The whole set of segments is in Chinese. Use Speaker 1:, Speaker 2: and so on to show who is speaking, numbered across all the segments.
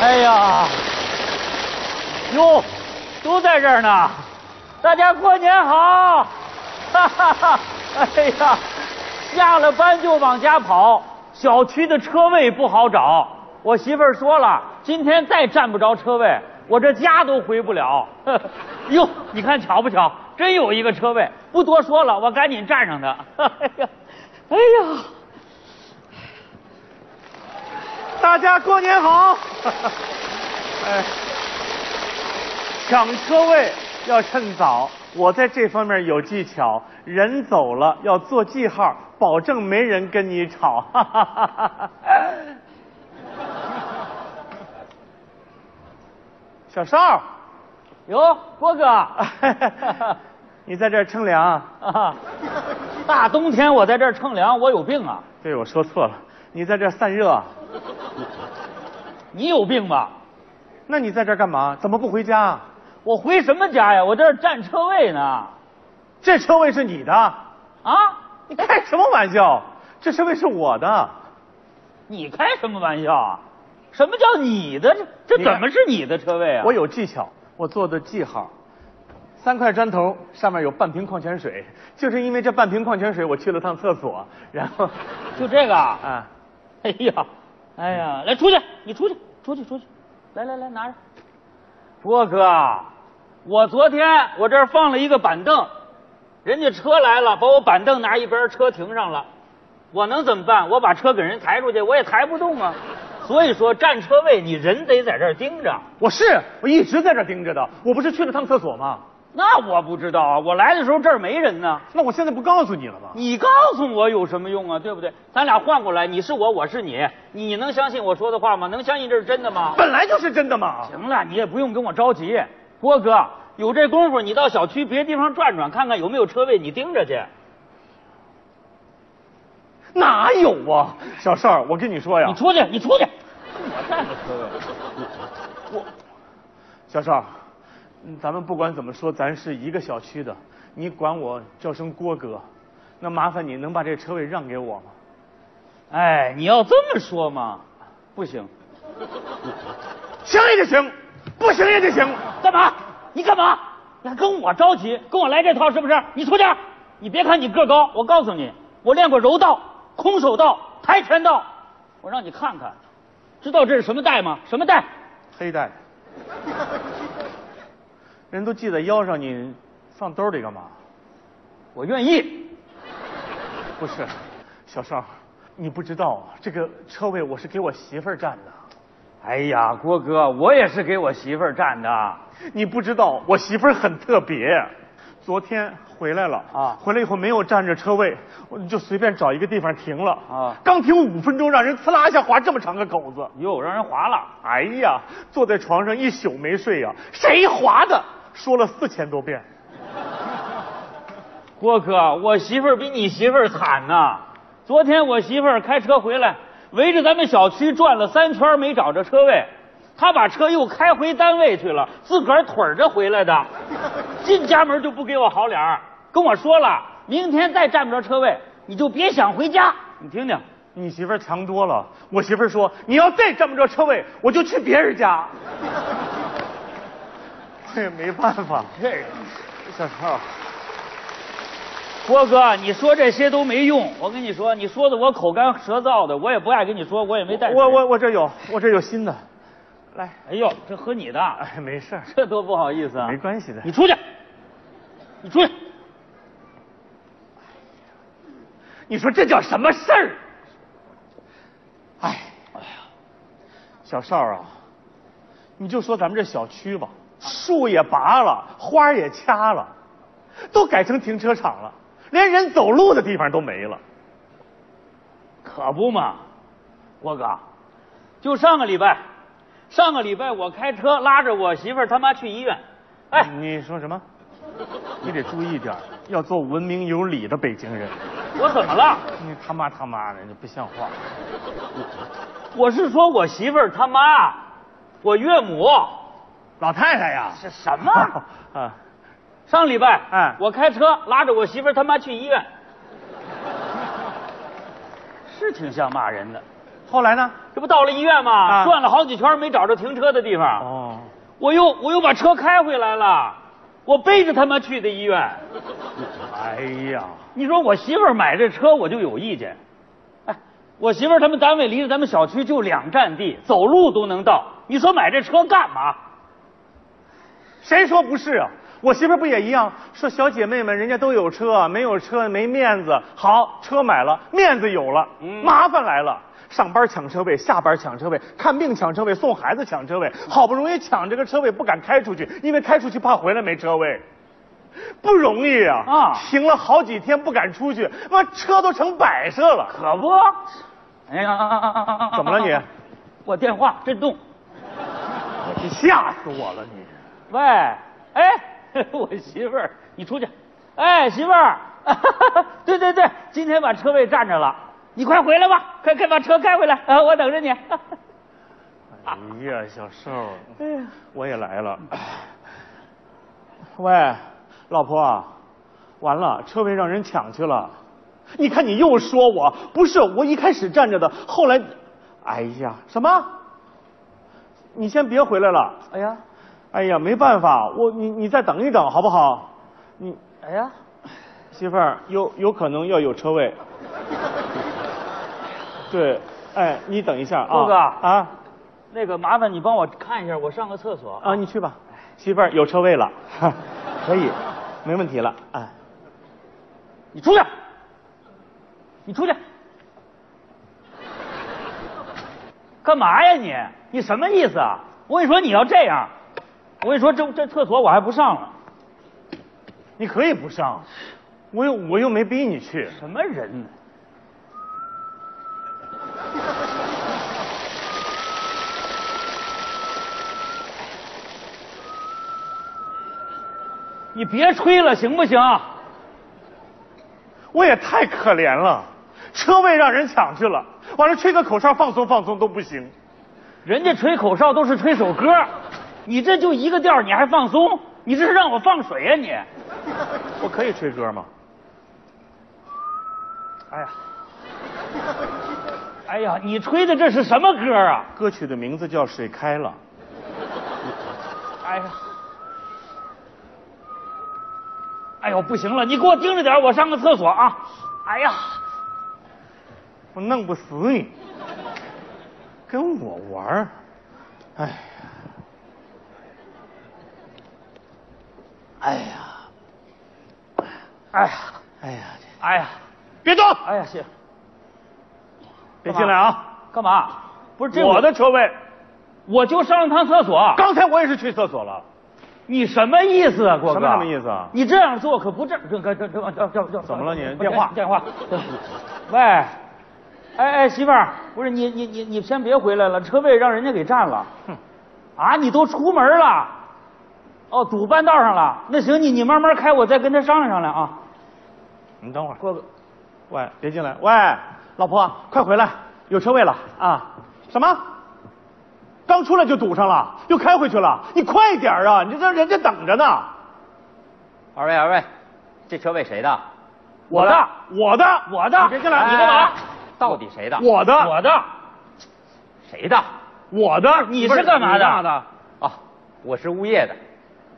Speaker 1: 哎哟，都在这儿呢，大家过年好！哈哈哈！哎呀，下了班就往家跑，小区的车位不好找。我媳妇儿说了，今天再占不着车位，我这家都回不了。呵呵哟，你看巧不巧？真有一个车位，不多说了，我赶紧占上它。哎呀，哎呀！
Speaker 2: 大家过年好！哎，抢车位要趁早，我在这方面有技巧。人走了要做记号，保证没人跟你吵。 哈哈哈哈小邵，
Speaker 1: 哟，郭哥，
Speaker 2: 你在这儿乘凉啊？
Speaker 1: 啊， 大冬天我在这儿乘凉，我有病啊！
Speaker 2: 对，我说错了，你在这儿散热啊？
Speaker 1: 你有病吧？
Speaker 2: 那你在这儿干嘛？怎么不回家啊？
Speaker 1: 我回什么家呀？我这儿占车位呢。
Speaker 2: 这车位是你的？
Speaker 1: 啊，
Speaker 2: 你开什么玩笑？这车位是我的。
Speaker 1: 你开什么玩笑啊？什么叫你的？这这
Speaker 2: 你看
Speaker 1: 怎么是你的车位啊？
Speaker 2: 我有技巧，我做的记号。三块砖头上面有半瓶矿泉水，就是因为这半瓶矿泉水，我去了趟厕所，然后，
Speaker 1: 就这个 啊。
Speaker 2: 啊，
Speaker 1: 哎呀，哎呀，来出去，你出去，出去，出去，来来来，拿着。郭哥，啊我昨天我这儿放了一个板凳，人家车来了，把我板凳拿一边，车停上了，我能怎么办？我把车给人抬出去，我也抬不动啊。所以说占车位，你人得在这儿盯着。
Speaker 2: 我是我一直在这儿盯着的，我不是去了趟厕所吗？
Speaker 1: 那我不知道啊，我来的时候这儿没人呢。
Speaker 2: 那我现在不告诉你了吗？
Speaker 1: 你告诉我有什么用啊？对不对？咱俩换过来，你是我，我是你，你能相信我说的话吗？能相信这是真的 吗？
Speaker 2: 本来就是真的嘛。
Speaker 1: 行了，你也不用跟我着急，郭哥，有这功夫你到小区别地方转转，看看有没有车位，你盯着去。
Speaker 2: 哪有啊，小邵，我跟你说呀，
Speaker 1: 你出去，你出去。啊我占个车位。
Speaker 2: 小邵，嗯咱们不管怎么说，咱是一个小区的，你管我叫声郭哥，那麻烦你能把这车位让给我吗？
Speaker 1: 哎，你要这么说嘛，不行。
Speaker 2: 行也就行，不行也就行。
Speaker 1: 干嘛？你干嘛？你还跟我着急，跟我来这套是不是？你出去！你别看你个高，我告诉你，我练过柔道、空手道、跆拳道，我让你看看，知道这是什么带吗？什么带？
Speaker 2: 黑带，人都系在腰上，你放兜里干嘛？
Speaker 1: 我愿意。
Speaker 2: 不是，小邵，你不知道啊，这个车位我是给我媳妇儿占的。
Speaker 1: 哎呀，郭哥，我也是给我媳妇儿占的。
Speaker 2: 你不知道，我媳妇儿很特别。昨天回来了
Speaker 1: 啊
Speaker 2: 回来以后没有占着车位，我就随便找一个地方停了
Speaker 1: 啊
Speaker 2: 刚停五分钟，让人呲啦一下划这么长个口子。
Speaker 1: 哟，让人划了。
Speaker 2: 哎呀，坐在床上一宿没睡呀、谁划的？说了四千多遍。
Speaker 1: 郭哥，我媳妇儿比你媳妇儿惨呐、昨天我媳妇儿开车回来，围着咱们小区转了三圈没找着车位，她把车又开回单位去了，自个儿腿着回来的，进家门就不给我好脸儿，跟我说了，明天再占不着车位，你就别想回家。你听听，
Speaker 2: 你媳妇儿强多了。我媳妇儿说，你要再占不着车位，我就去别人家。 我也没办法，
Speaker 1: 这人。
Speaker 2: 小超，
Speaker 1: 郭哥，你说这些都没用。我跟你说，你说的我口干舌燥的，我也不爱跟你说，我也没带水。
Speaker 2: 我我我这有，我这有新的，来，
Speaker 1: 哎呦，这喝你的，
Speaker 2: 哎，没事儿，
Speaker 1: 这多不好意思啊！
Speaker 2: 没关系的
Speaker 1: 你。出去，你出去，
Speaker 2: 你说这叫什么事儿？哎，哎呀，小邵啊，你就说咱们这小区吧，树也拔了，花儿也掐了，都改成停车场了，连人走路的地方都没了。
Speaker 1: 可不嘛，郭哥，就上个礼拜，上个礼拜我开车拉着我媳妇儿他妈去医院，哎，
Speaker 2: 你说什么？你得注意点儿，要做文明有礼的北京人。
Speaker 1: 我怎么了？
Speaker 2: 你他妈他妈的，你不像话！
Speaker 1: 我是说我媳妇儿他妈，我岳母，
Speaker 2: 老太太呀，
Speaker 1: 这什么？
Speaker 2: 啊，
Speaker 1: 上礼拜，
Speaker 2: 哎
Speaker 1: 我开车拉着我媳妇儿他妈去医院， 是挺像骂人的。
Speaker 2: 后来呢？
Speaker 1: 这不到了医院吗？
Speaker 2: 啊
Speaker 1: 转了好几圈没找着停车的地方。
Speaker 2: 哦，
Speaker 1: 我又我又把车开回来了，我背着他妈去的医院。
Speaker 2: 哎呀，
Speaker 1: 你说我媳妇儿买这车，我就有意见。哎，我媳妇儿他们单位离着咱们小区就两站地，走路都能到。你说买这车干嘛？
Speaker 2: 谁说不是啊？我媳妇儿不也一样？说小姐妹们，人家都有车，没有车没面子。好，车买了，面子有了，
Speaker 1: 嗯
Speaker 2: 麻烦来了。上班抢车位，下班抢车位，看病抢车位，送孩子抢车位。好不容易抢这个车位，不敢开出去，因为开出去怕回来没车位，不容易啊！
Speaker 1: 啊
Speaker 2: 停了好几天不敢出去，妈车都成摆设了。
Speaker 1: 可不。哎呀，啊啊啊啊啊啊
Speaker 2: 怎么了你？
Speaker 1: 我电话震动。
Speaker 2: 你吓死我了你！
Speaker 1: 喂，哎， 我媳妇儿，你出去。哎，媳妇儿， 对对对，今天把车位占着了，你快回来吧，快快把车开回来，啊，我等着你。
Speaker 2: 哎呀，小瘦，
Speaker 1: 哎呀，
Speaker 2: 我也来了。喂，老婆啊，完了，车位让人抢去了。你看你又说我不是我一开始站着的，后来，哎呀，什么？你先别回来了。
Speaker 1: 哎呀，
Speaker 2: 哎呀，没办法，我你你再等一等好不好？你
Speaker 1: 哎呀，
Speaker 2: 媳妇儿有有可能要有车位。 对，哎，你等一下啊。
Speaker 1: 陆哥
Speaker 2: 啊
Speaker 1: 那个麻烦你帮我看一下，我上个厕所。
Speaker 2: 啊，你去吧，媳妇儿有车位了，可以，没问题了。哎，
Speaker 1: 你出去，你出去，干嘛呀你？你什么意思啊？我跟你说，你要这样，我跟你说，这这厕所我还不上了。
Speaker 2: 你可以不上，我又我又没逼你去。
Speaker 1: 什么人呢？你别吹了，行不行？
Speaker 2: 我也太可怜了，车位让人抢去了，完了吹个口哨放松放松都不行。
Speaker 1: 人家吹口哨都是吹首歌，你这就一个调儿，你还放松？你这是让我放水呀、你？
Speaker 2: 我可以吹歌吗？哎呀，
Speaker 1: 哎呀，你吹的这是什么歌啊？
Speaker 2: 歌曲的名字叫《水开了
Speaker 1: 哎呀，哎呦，不行了，你给我盯着点儿，我上个厕所啊！哎呀，》，
Speaker 2: 我弄不死你，跟我玩儿。哎呀，哎呀，
Speaker 1: 哎呀，
Speaker 2: 哎呀，这
Speaker 1: 哎呀，
Speaker 2: 别动，
Speaker 1: 哎呀，谢。
Speaker 2: 别进来啊！
Speaker 1: 干嘛？不是这
Speaker 2: 我的，车位，
Speaker 1: 我就上了趟厕所。
Speaker 2: 刚才我也是去厕所了。
Speaker 1: 你什么意思啊，郭哥？
Speaker 2: 什么什么意思啊
Speaker 1: 你这样做可不正这这这这这这这
Speaker 2: 怎么了你
Speaker 1: 我
Speaker 2: 电话
Speaker 1: 电话。喂，哎哎，媳妇儿，不是你你你你先别回来了，车位让人家给占了。
Speaker 2: 哼，
Speaker 1: 啊，你都出门了？哦，堵半道上了。那行，你你慢慢开，我再跟他商量商量啊。
Speaker 2: 你等会儿，
Speaker 1: 郭哥，
Speaker 2: 喂，别进来，喂，老婆，快回来，有车位了啊！什么？刚出来就堵上了，又开回去了，你快点儿啊！你这让人家等着呢。
Speaker 3: 二位，二位，这车位谁的？
Speaker 1: 我的
Speaker 2: 我的，
Speaker 1: 我的
Speaker 2: 你别进来，
Speaker 1: 哎
Speaker 2: 你干嘛？
Speaker 3: 到底谁的？
Speaker 2: 我的，
Speaker 1: 我的，
Speaker 3: 谁的？
Speaker 2: 我的，
Speaker 1: 你
Speaker 2: 不
Speaker 1: 是干嘛的？
Speaker 2: 你的？
Speaker 3: 啊，我是物业的，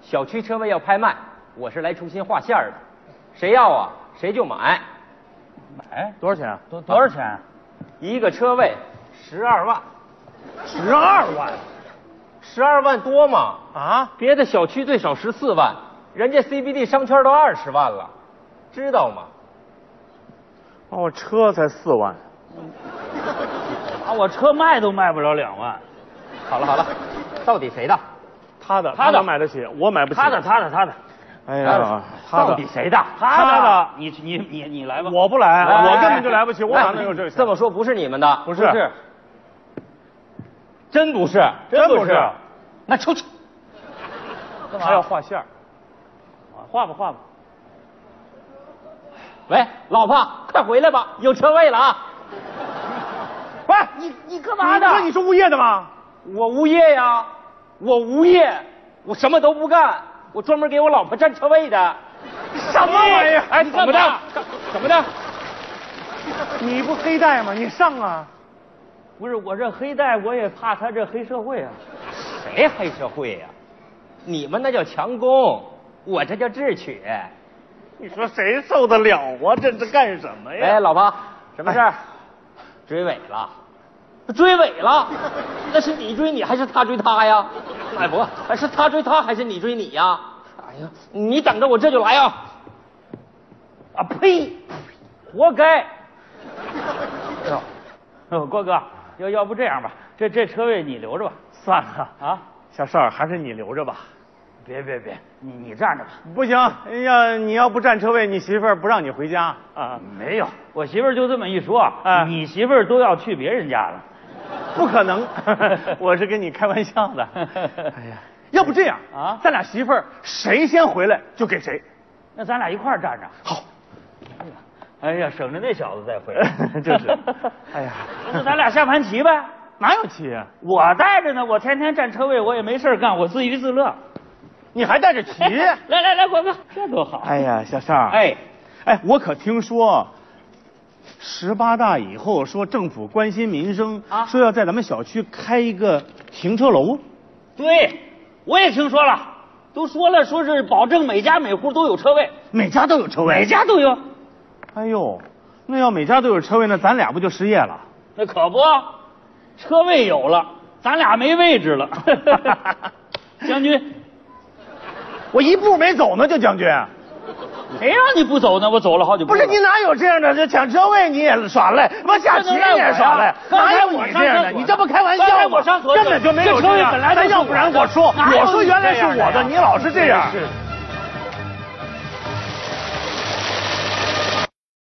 Speaker 3: 小区车位要拍卖，我是来重新画线儿的，谁要啊，谁就买，
Speaker 1: 哎，
Speaker 2: 多少钱啊？
Speaker 1: 多多少钱？
Speaker 3: 一个车位十二万，
Speaker 2: 十二万
Speaker 3: 十二万多吗？
Speaker 2: 啊！
Speaker 3: 别的小区最少十四万，人家 CBD 商圈都二十万了，知道吗？
Speaker 2: 哦，我车才四万，
Speaker 1: 啊，我车卖都卖不了两万。
Speaker 3: 好了好了，到底谁的？
Speaker 2: 他的，
Speaker 1: 他的
Speaker 2: 能买得起，我买不起。
Speaker 1: 他的，，他的，他的。
Speaker 2: 哎呀，他的
Speaker 3: 到底谁的？
Speaker 2: 他的
Speaker 1: 你你你你来吧。
Speaker 2: 我不来，
Speaker 3: 哎
Speaker 2: 我根本就来不起，我哪能有这个钱？
Speaker 3: 这么说不是你们的，
Speaker 2: 不是
Speaker 3: 不是，真不是，
Speaker 2: 真不是
Speaker 3: 那出去。
Speaker 1: 干嘛
Speaker 2: 还要画线儿
Speaker 1: 画吧画吧。
Speaker 3: 喂，老婆，快回来吧，有车位了啊！
Speaker 2: 喂，
Speaker 1: 你你干
Speaker 2: 你不是你是物业的吗？
Speaker 3: 我无业呀，我无业，我什么都不干，我专门给我老婆占车位的。
Speaker 2: 什么玩意儿？
Speaker 3: 哎，怎么的？怎么的？
Speaker 2: 你不黑带吗？你上啊！
Speaker 1: 不是我这黑带，我也怕他这黑社会啊。
Speaker 3: 谁黑社会呀、你们那叫强攻，我这叫智取。
Speaker 2: 哎你说谁受得了啊？这是干什么呀？
Speaker 3: 哎，老婆，什么事
Speaker 1: 哎
Speaker 3: 儿？
Speaker 2: 哎
Speaker 3: 追尾了，追尾了，那是你追你还是他追他呀？哎不，还是他追他还是你追你呀？哎呀，你等着我这就来啊！
Speaker 1: 啊呸！活该！哎呦，郭哥，要要不这样吧，这这车位你留着吧。
Speaker 2: 算了
Speaker 1: 啊，
Speaker 2: 小邵，还是你留着吧。
Speaker 1: 别别别，你你站着吧。
Speaker 2: 不行，要你要不占车位，你媳妇儿不让你回家啊？
Speaker 1: 没有，啊我媳妇儿就这么一说，
Speaker 2: 哎
Speaker 1: 你媳妇儿都要去别人家了。
Speaker 2: 不可能，我是跟你开玩笑 的。哎呀，要不这样
Speaker 1: 啊
Speaker 2: 咱俩媳妇儿谁先回来就给谁。
Speaker 1: 那咱俩一块儿站着。
Speaker 2: 好，
Speaker 1: 哎呀，省着那小子再回
Speaker 2: 就是哎呀
Speaker 1: 那咱俩下盘棋呗。
Speaker 2: 哪有棋啊？
Speaker 1: 我带着呢，我天天占车位，我也没事儿干，我自娱自乐。哎
Speaker 2: 你还带着棋？
Speaker 1: 来来来，郭哥，这多好！
Speaker 2: 哎呀，小邵，
Speaker 3: 哎，
Speaker 2: 哎，我可听说，十八大以后说政府关心民生，
Speaker 1: 啊
Speaker 2: 说要在咱们小区开一个停车楼。
Speaker 1: 对，我也听说了，都说了，说是保证每家每户都有车位，
Speaker 2: 每家都有车位，
Speaker 1: 每家都有。
Speaker 2: 哎呦，那要每家都有车位，那咱俩不就失业了？
Speaker 1: 那可不，车位有了，咱俩没位置 了。将军，
Speaker 2: 我一步没走呢，就将军，
Speaker 1: 谁让你不走呢？我走了好几步
Speaker 2: 不
Speaker 1: 了。
Speaker 2: 是你哪有这样的？这抢车位你也耍赖，我下棋你也耍赖，
Speaker 1: 刚
Speaker 2: 哪
Speaker 1: 才
Speaker 2: 有
Speaker 1: 我
Speaker 2: 你这样
Speaker 1: 上厕
Speaker 2: 的？
Speaker 1: 所
Speaker 2: 你这不开玩笑
Speaker 1: 刚才
Speaker 2: 吗？
Speaker 1: 我上厕所
Speaker 2: 根本就没有
Speaker 1: 这车位
Speaker 2: 样
Speaker 1: 本来就
Speaker 2: 咱
Speaker 1: 是
Speaker 2: 要不然
Speaker 1: 我的
Speaker 2: 我说，
Speaker 1: 哪有
Speaker 2: 我说
Speaker 1: 你
Speaker 2: 原来
Speaker 1: 这样
Speaker 2: 是我
Speaker 1: 的
Speaker 2: 的，
Speaker 1: 呀
Speaker 2: 你老是这样。
Speaker 1: 是是